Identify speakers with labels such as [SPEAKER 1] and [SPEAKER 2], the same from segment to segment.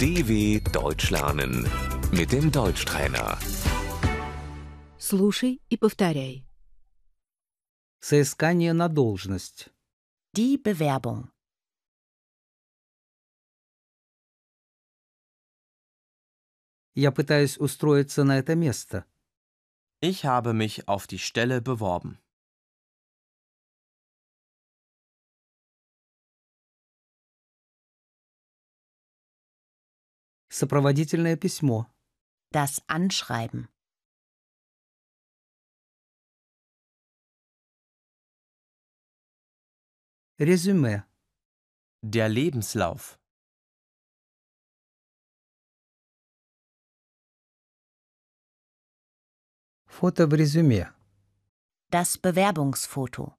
[SPEAKER 1] DW Deutsch lernen mit dem Deutschtrainer.
[SPEAKER 2] Слушай и повторяй.
[SPEAKER 3] Соискание на должность.
[SPEAKER 2] Die Bewerbung.
[SPEAKER 3] Я пытаюсь устроиться на это место.
[SPEAKER 4] Ich habe mich auf die Stelle beworben.
[SPEAKER 3] Сопроводительное письмо.
[SPEAKER 2] Das Anschreiben.
[SPEAKER 3] Резюме.
[SPEAKER 4] Der Lebenslauf.
[SPEAKER 3] Фото в резюме.
[SPEAKER 2] Das Bewerbungsfoto.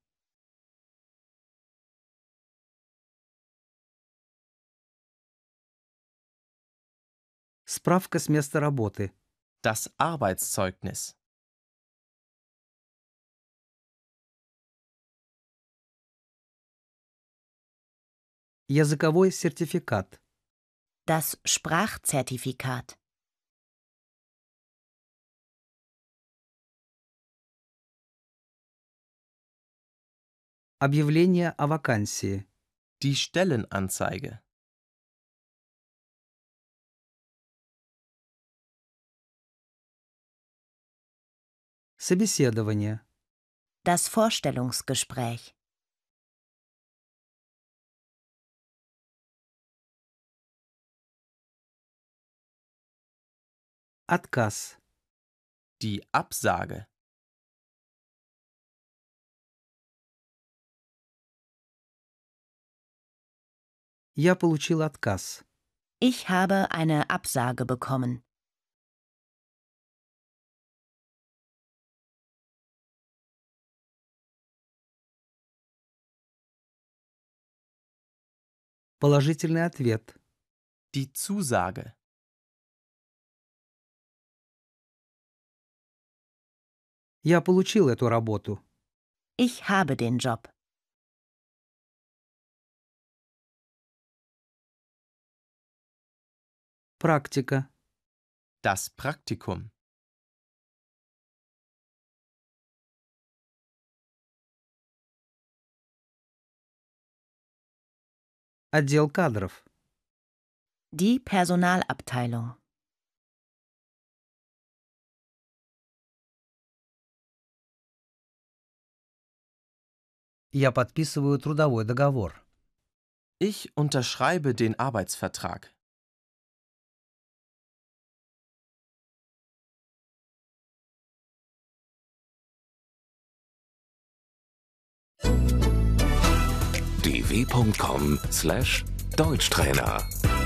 [SPEAKER 3] Справка с места работы.
[SPEAKER 4] Das Arbeitszeugnis.
[SPEAKER 3] Языковой сертификат.
[SPEAKER 2] Das Sprachzertifikat.
[SPEAKER 3] Объявление о вакансии.
[SPEAKER 4] Die Stellenanzeige.
[SPEAKER 3] Собеседование.
[SPEAKER 2] Das Vorstellungsgespräch.
[SPEAKER 3] Отказ.
[SPEAKER 4] Die Absage.
[SPEAKER 3] Я получил отказ.
[SPEAKER 2] Ich habe eine Absage bekommen.
[SPEAKER 3] Положительный ответ.
[SPEAKER 4] Die Zusage.
[SPEAKER 3] Я получил эту работу.
[SPEAKER 2] Ich habe den Job.
[SPEAKER 3] Практика.
[SPEAKER 4] Das Praktikum.
[SPEAKER 3] Отдел кадров.
[SPEAKER 2] Die Personalabteilung.
[SPEAKER 3] Я подписываю трудовой договор.
[SPEAKER 4] Ich unterschreibe den Arbeitsvertrag.
[SPEAKER 1] dw.com/deutschtrainer